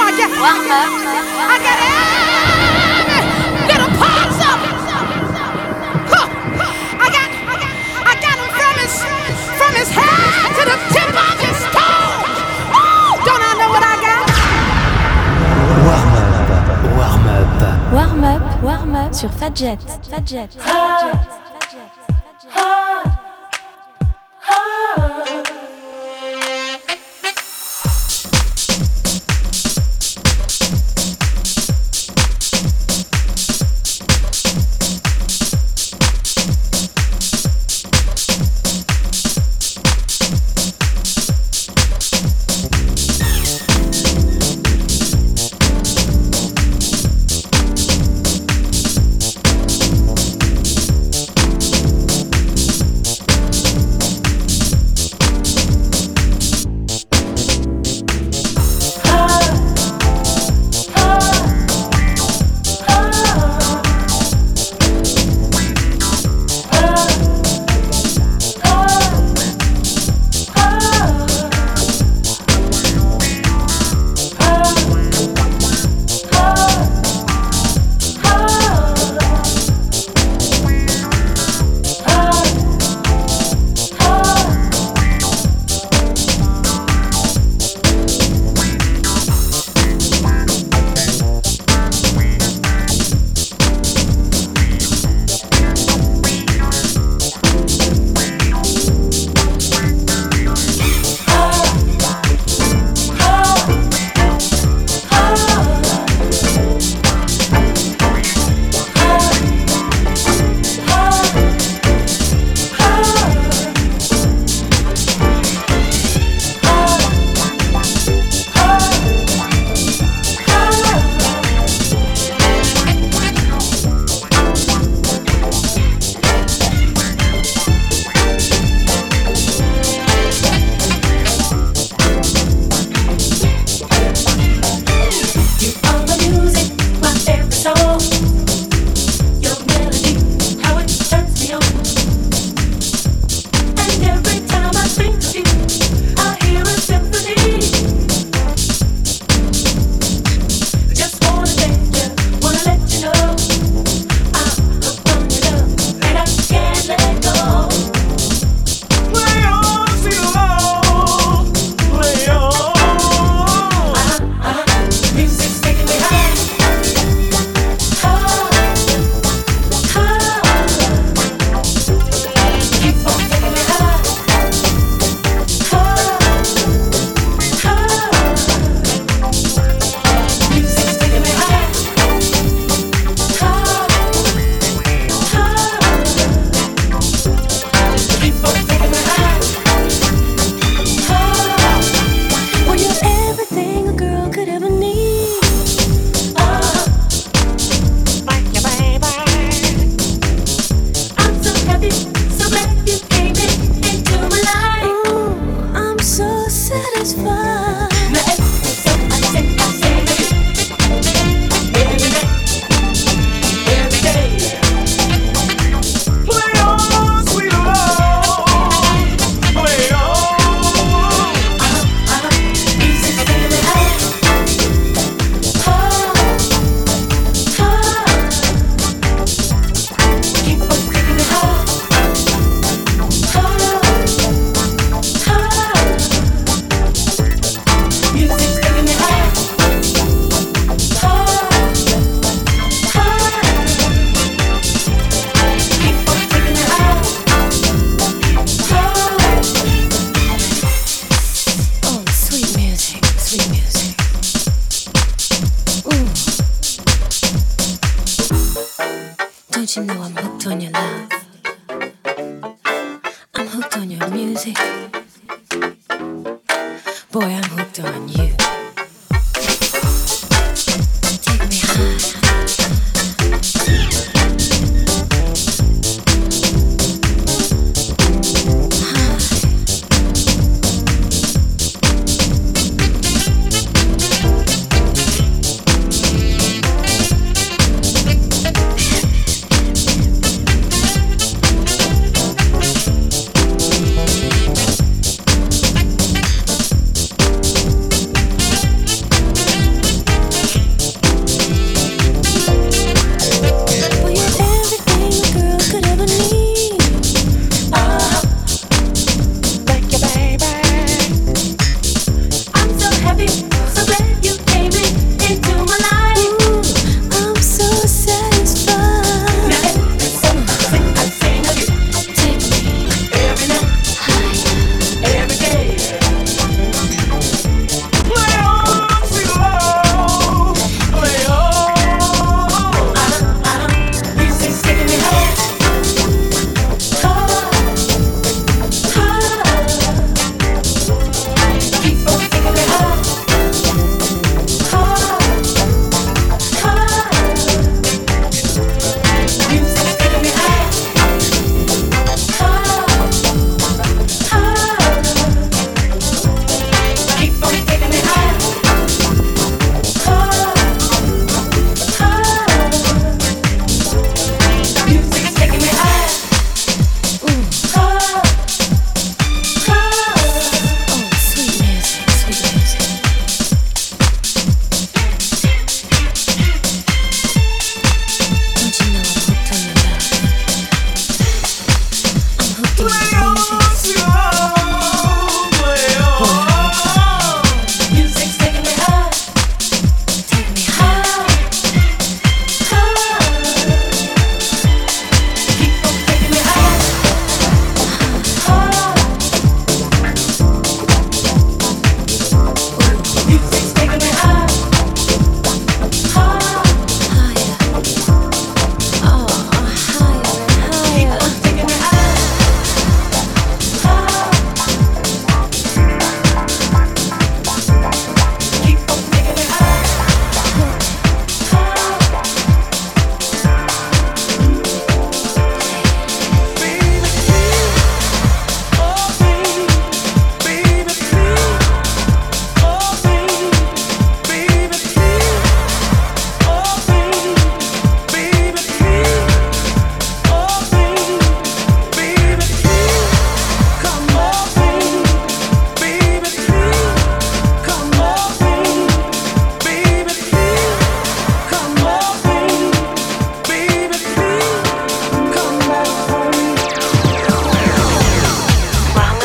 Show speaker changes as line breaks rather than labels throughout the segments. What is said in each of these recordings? warm-up. I got it. Little paws up. Huh. I got, I got, I got him from his, from his head to the tip of his toe. Oh, don't I know what I got?
Warm-up. Warm-up.
Warm up, warm up sur Fadjet. Fadjet.
Take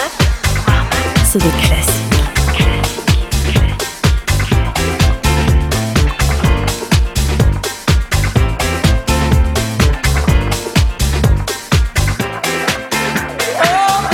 classe des classiques.
Oh,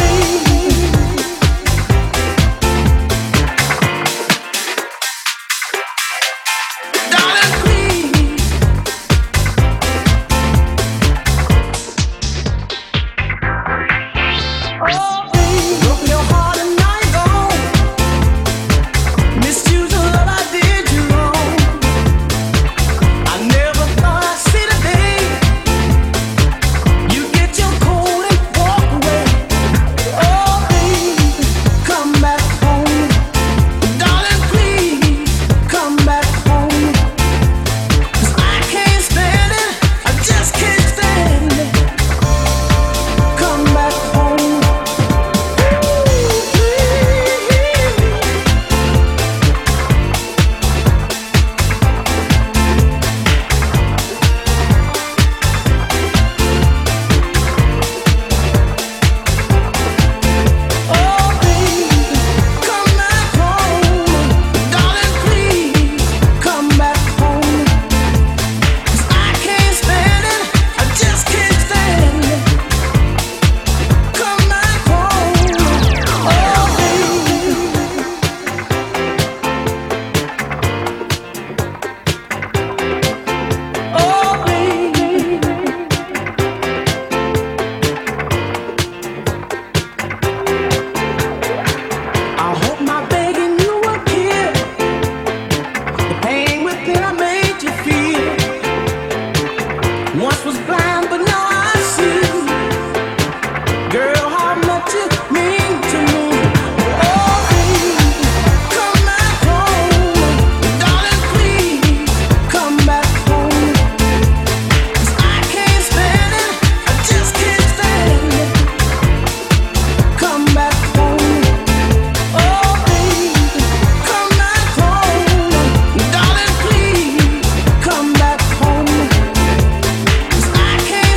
Oh, Oh, Please come back home. 'Cause I can't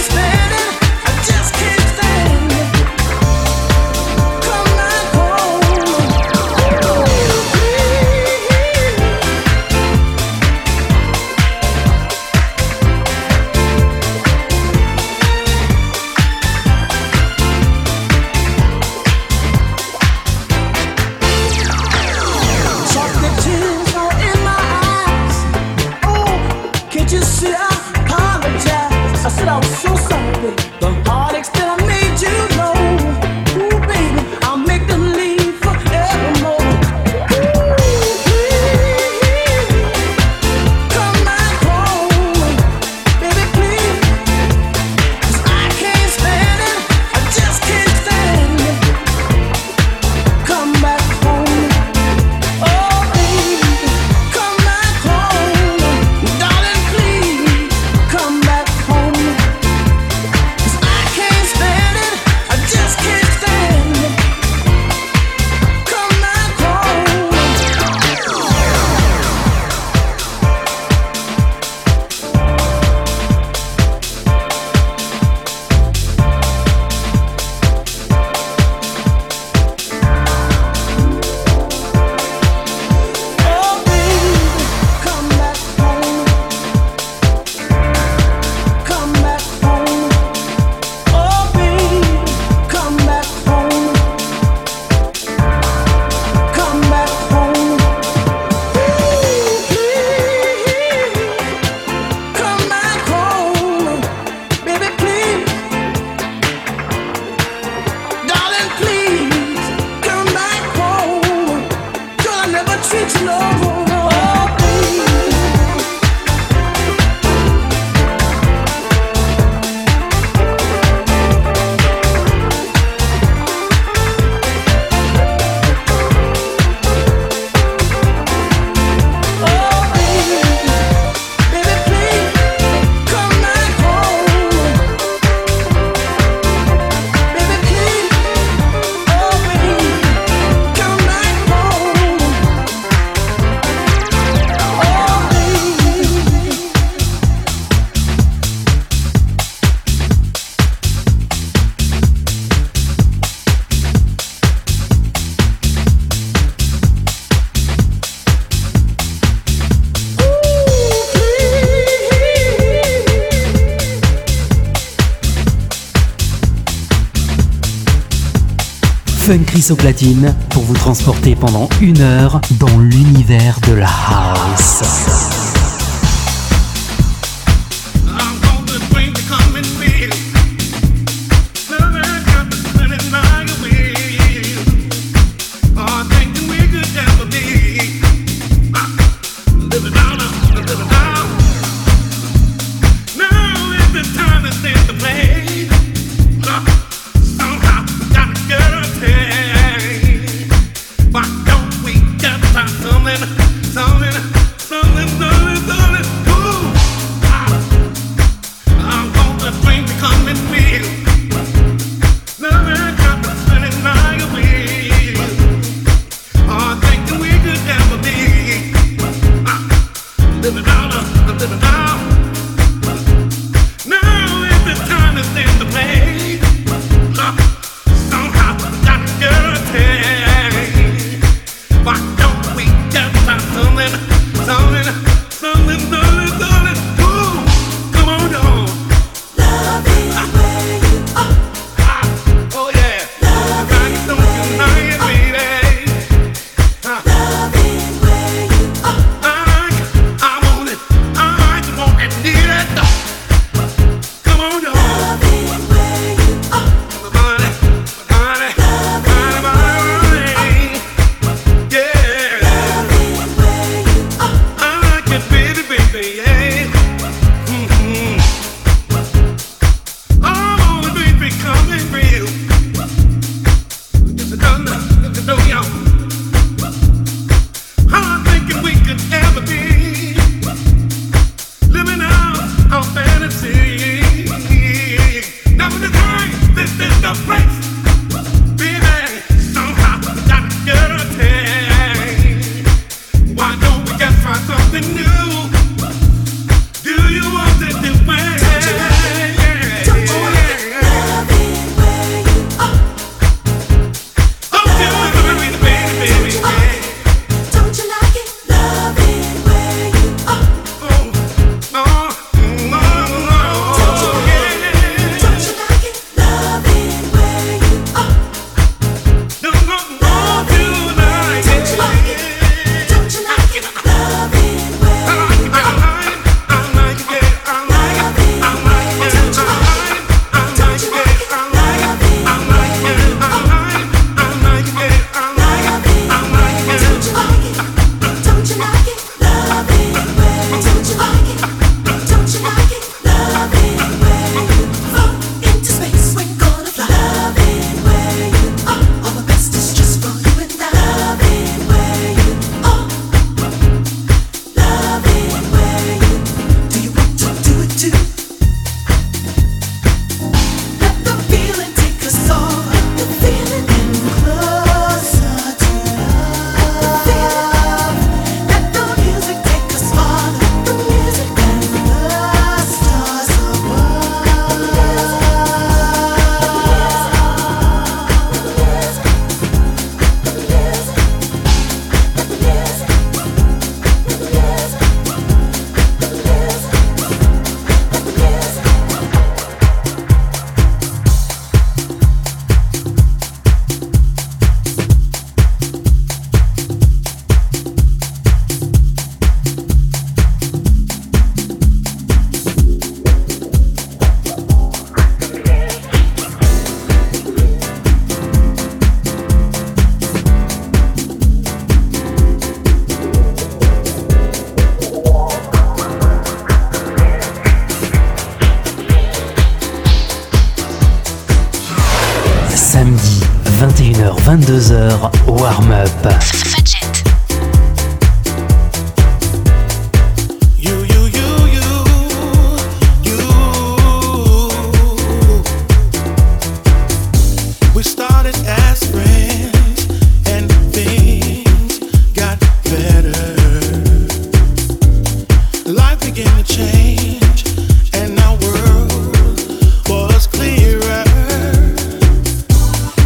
Fun Chris au platine pour vous transporter pendant une heure dans l'univers de la house.
Ah. oh, Ah. Mm-hmm. Samedi, 21h-22h, warm-up.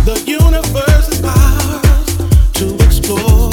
The universe is ours to explore.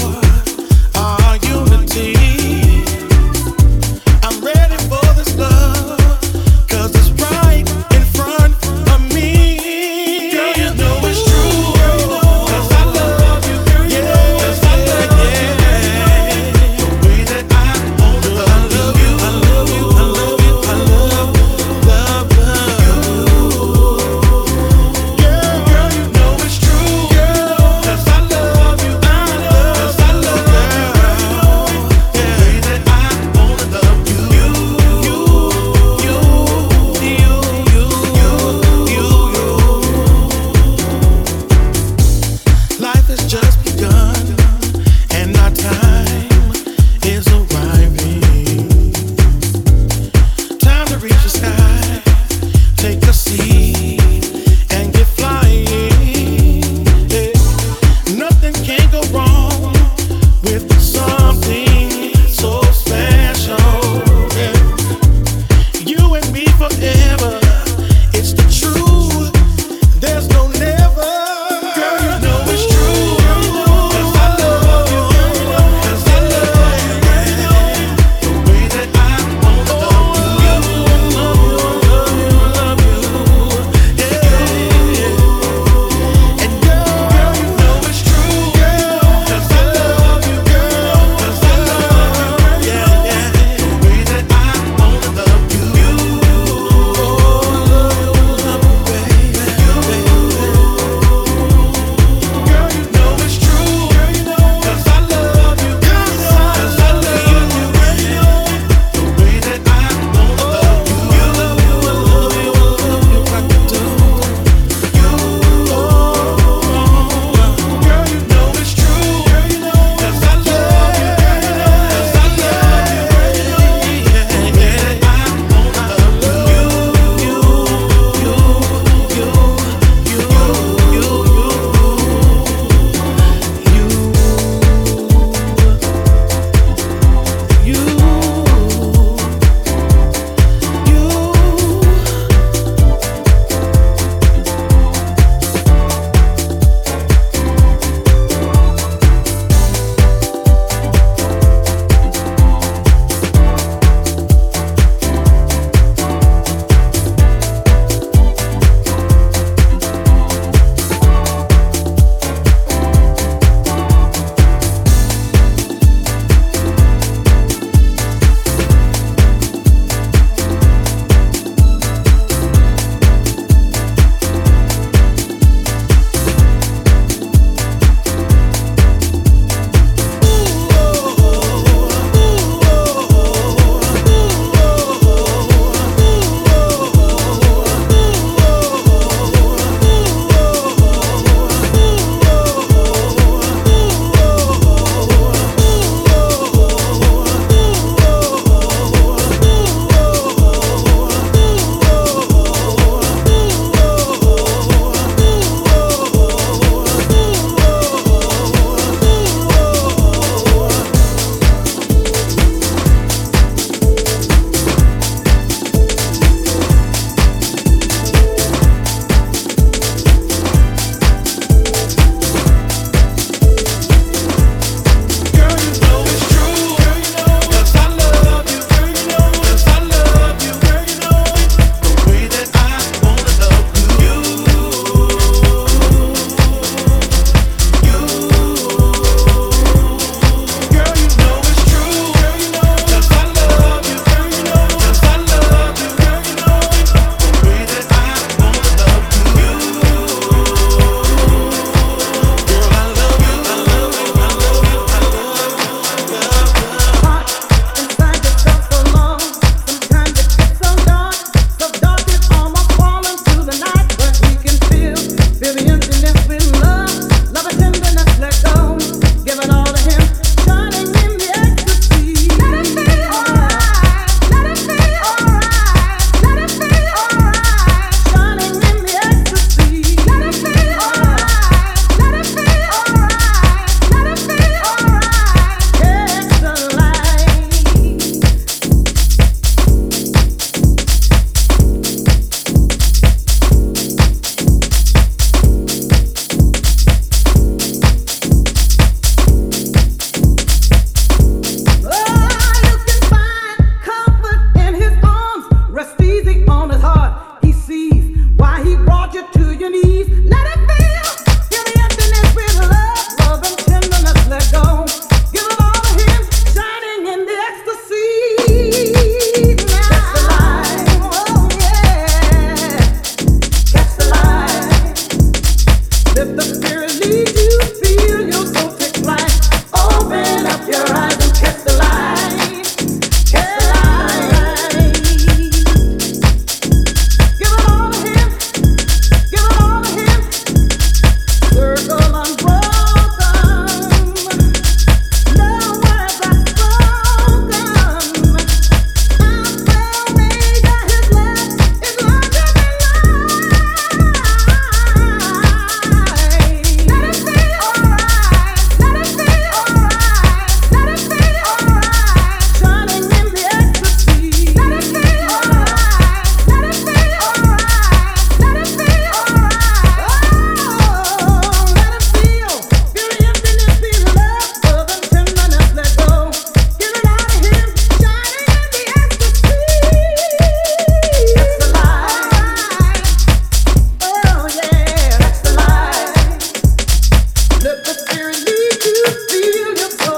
Oh, Oh,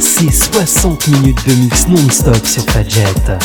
60 minutes de mix non-stop sur Fadjet.
Ah,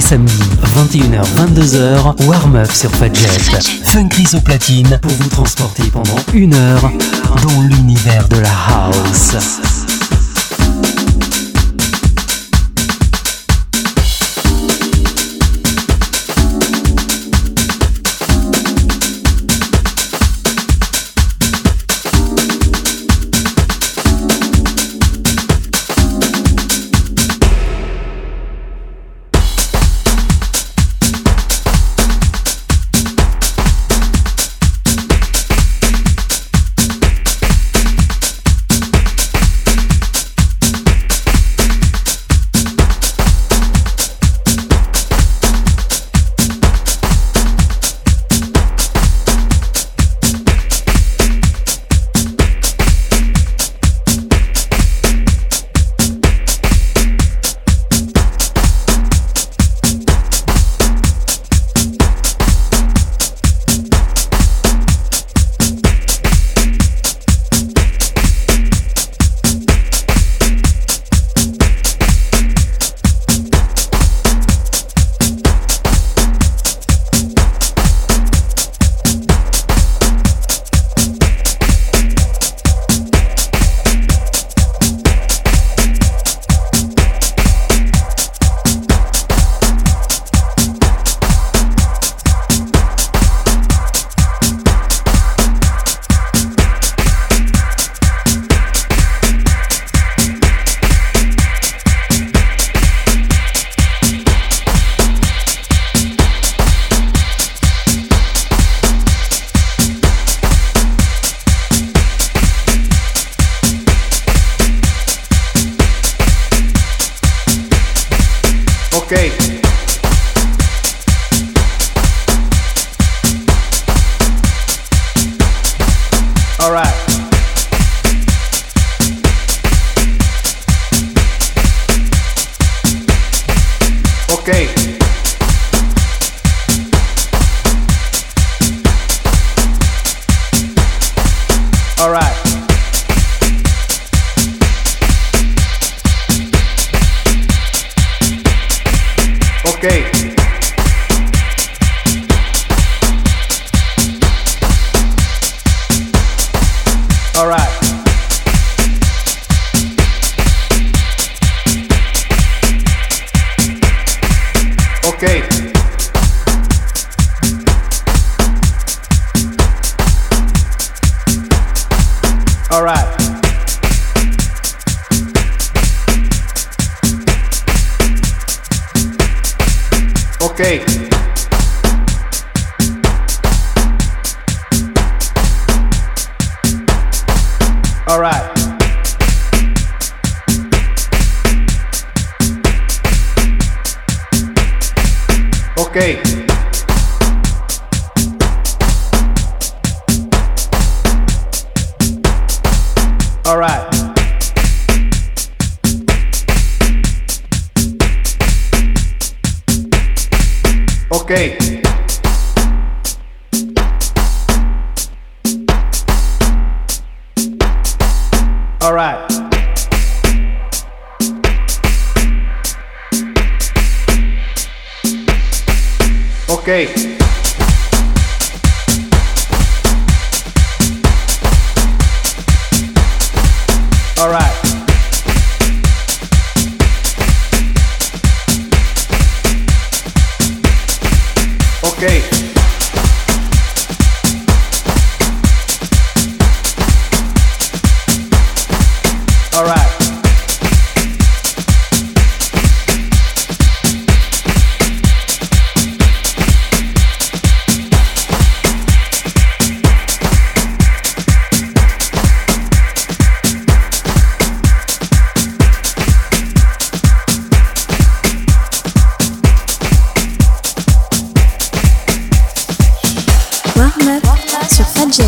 samedi 21h-22h, warm-up sur Fadjet. Fun Chrysoplatine
pour vous transporter pendant une heure dans l'univers de la house.
Okay. All right. Okay. All right. Okay. All right. Okay. All right. Okay. All right. Okay. All right. Okay. All right. Okay. All right.
Warm-up sur Fadjet.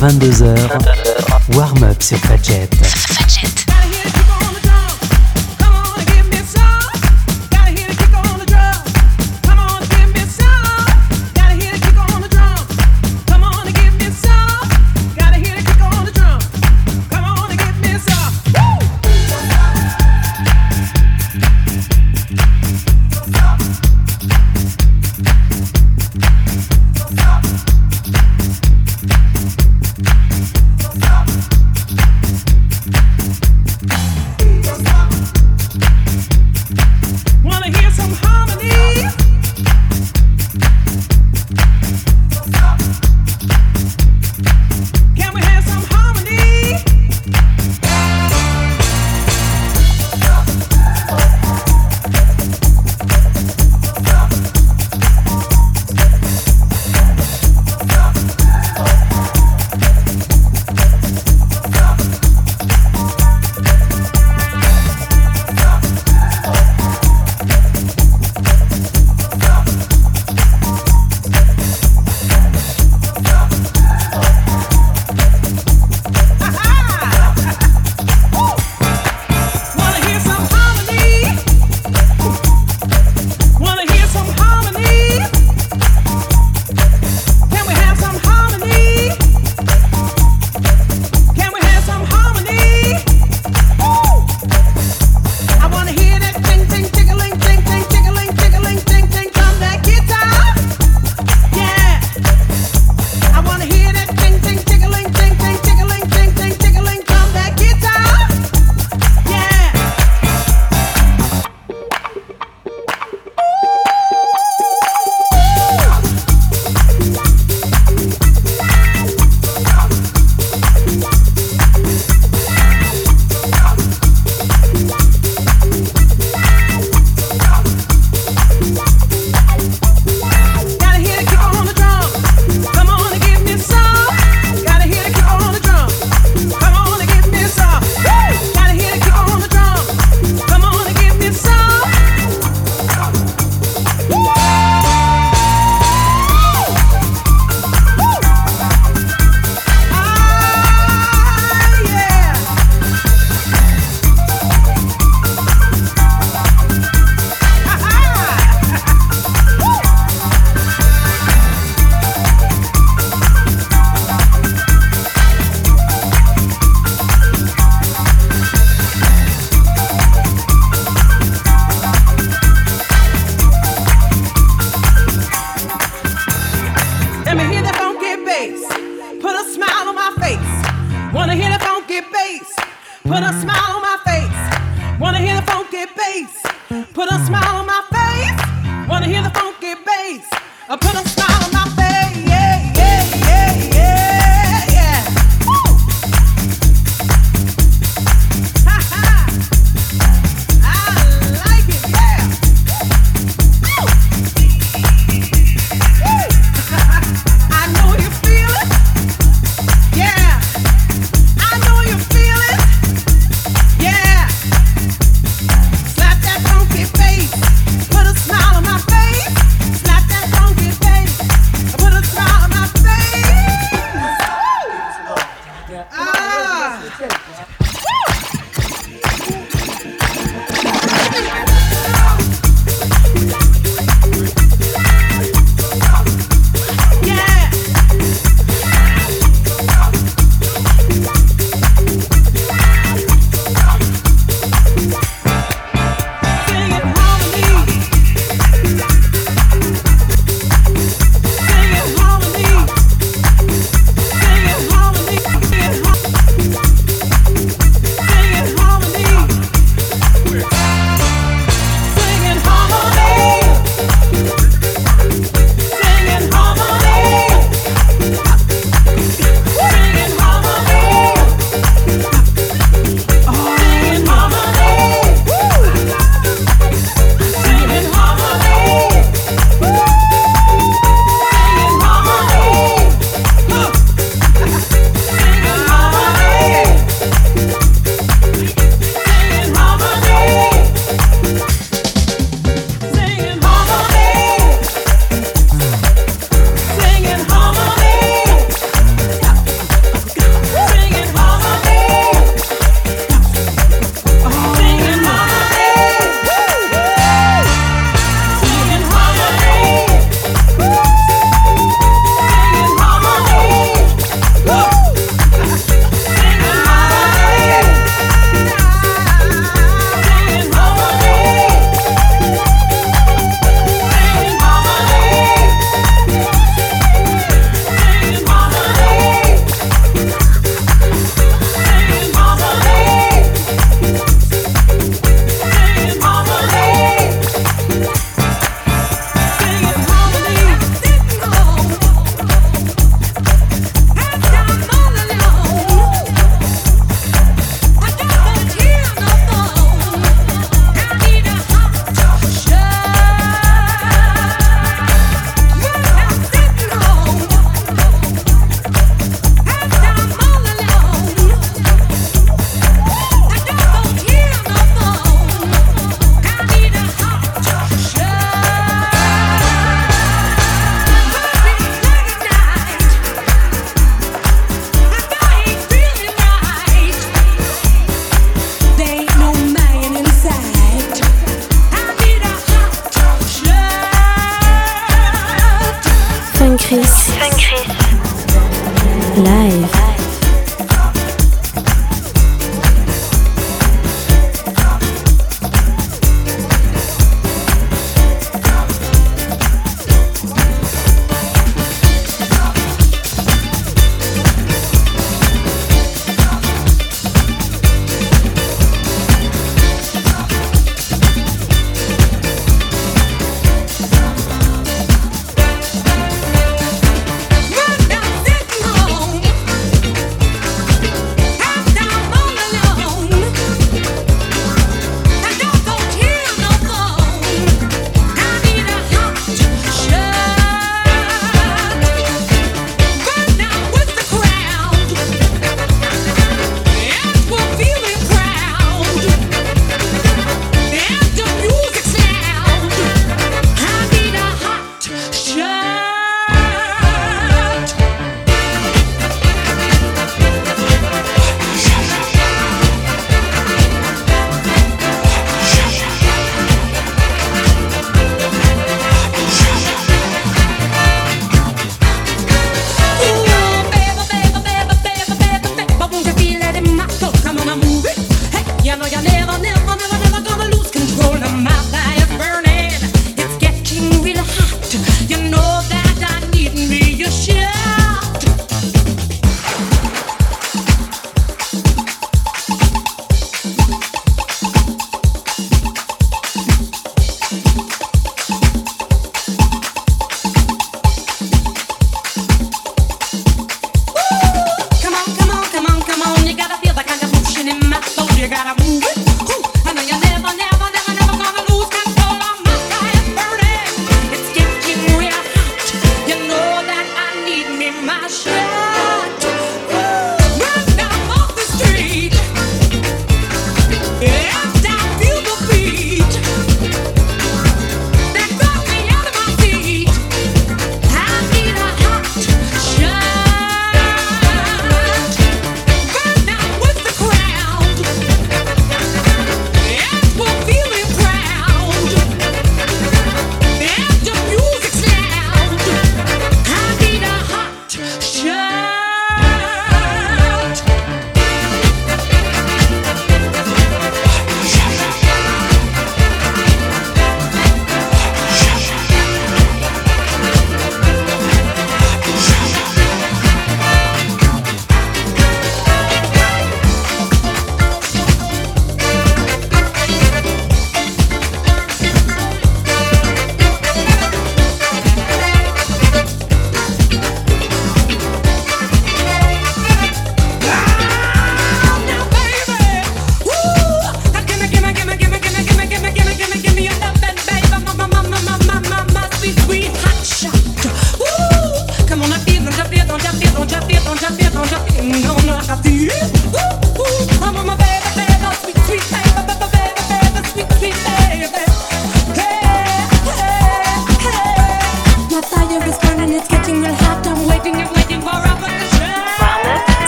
22h, warm up sur Fadjet.
Ah, Uh, Put a smile on my face, slap that funky face. Ah.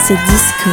c'est disco.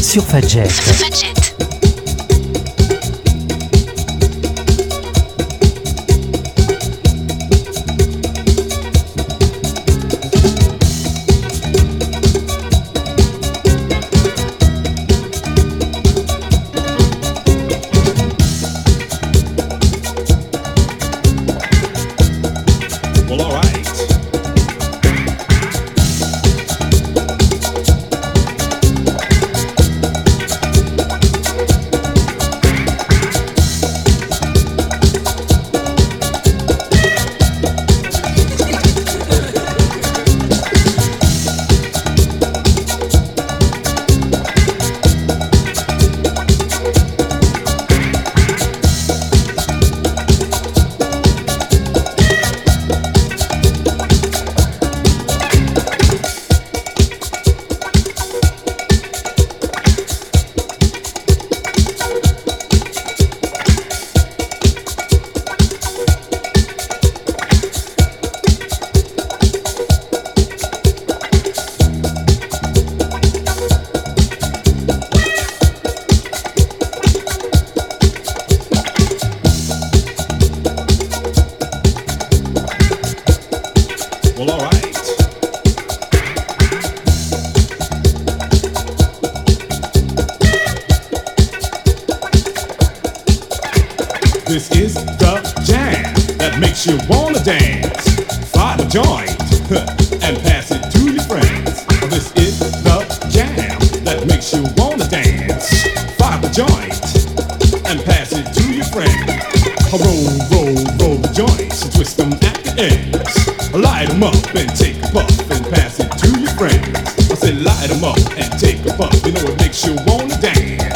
sur Fadjet.
This is the jam that makes you wanna dance. Find a joint and pass it to your friends. This is the jam that makes you wanna dance. Find a joint and pass it to your friend. Roll, roll, roll the joints, twist them at the ends. Light them up and take a puff and pass it to your friends. I said light them up and take a puff, you know it makes you wanna dance.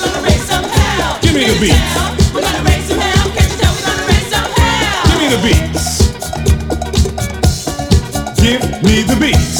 Give me the beats. Give me the beats. Give me the beats.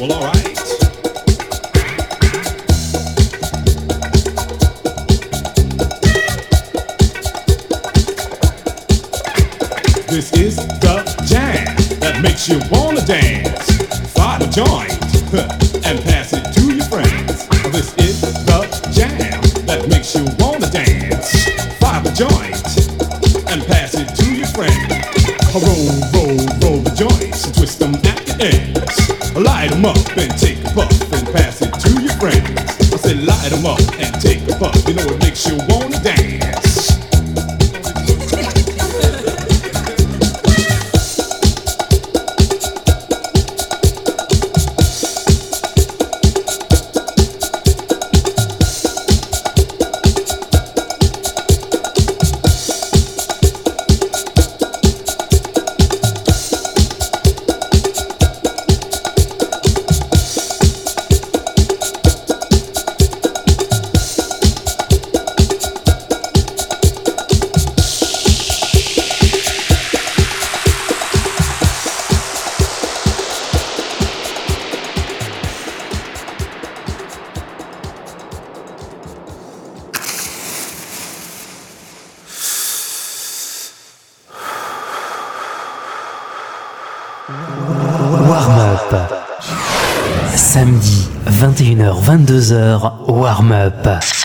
Well, all right. This is the jam that makes you wanna dance. Find a joint and pass it to your friends. This is the jam that makes you wanna dance. Find a joint and pass it to your friend. Roll, roll, roll the joints and twist them at the ends. Light them up and take a puff and pass it to your friends. I said light them up and take a puff. You know it makes you wanna dance.
Warm Up. Samedi, 21h-22h, Warm Up.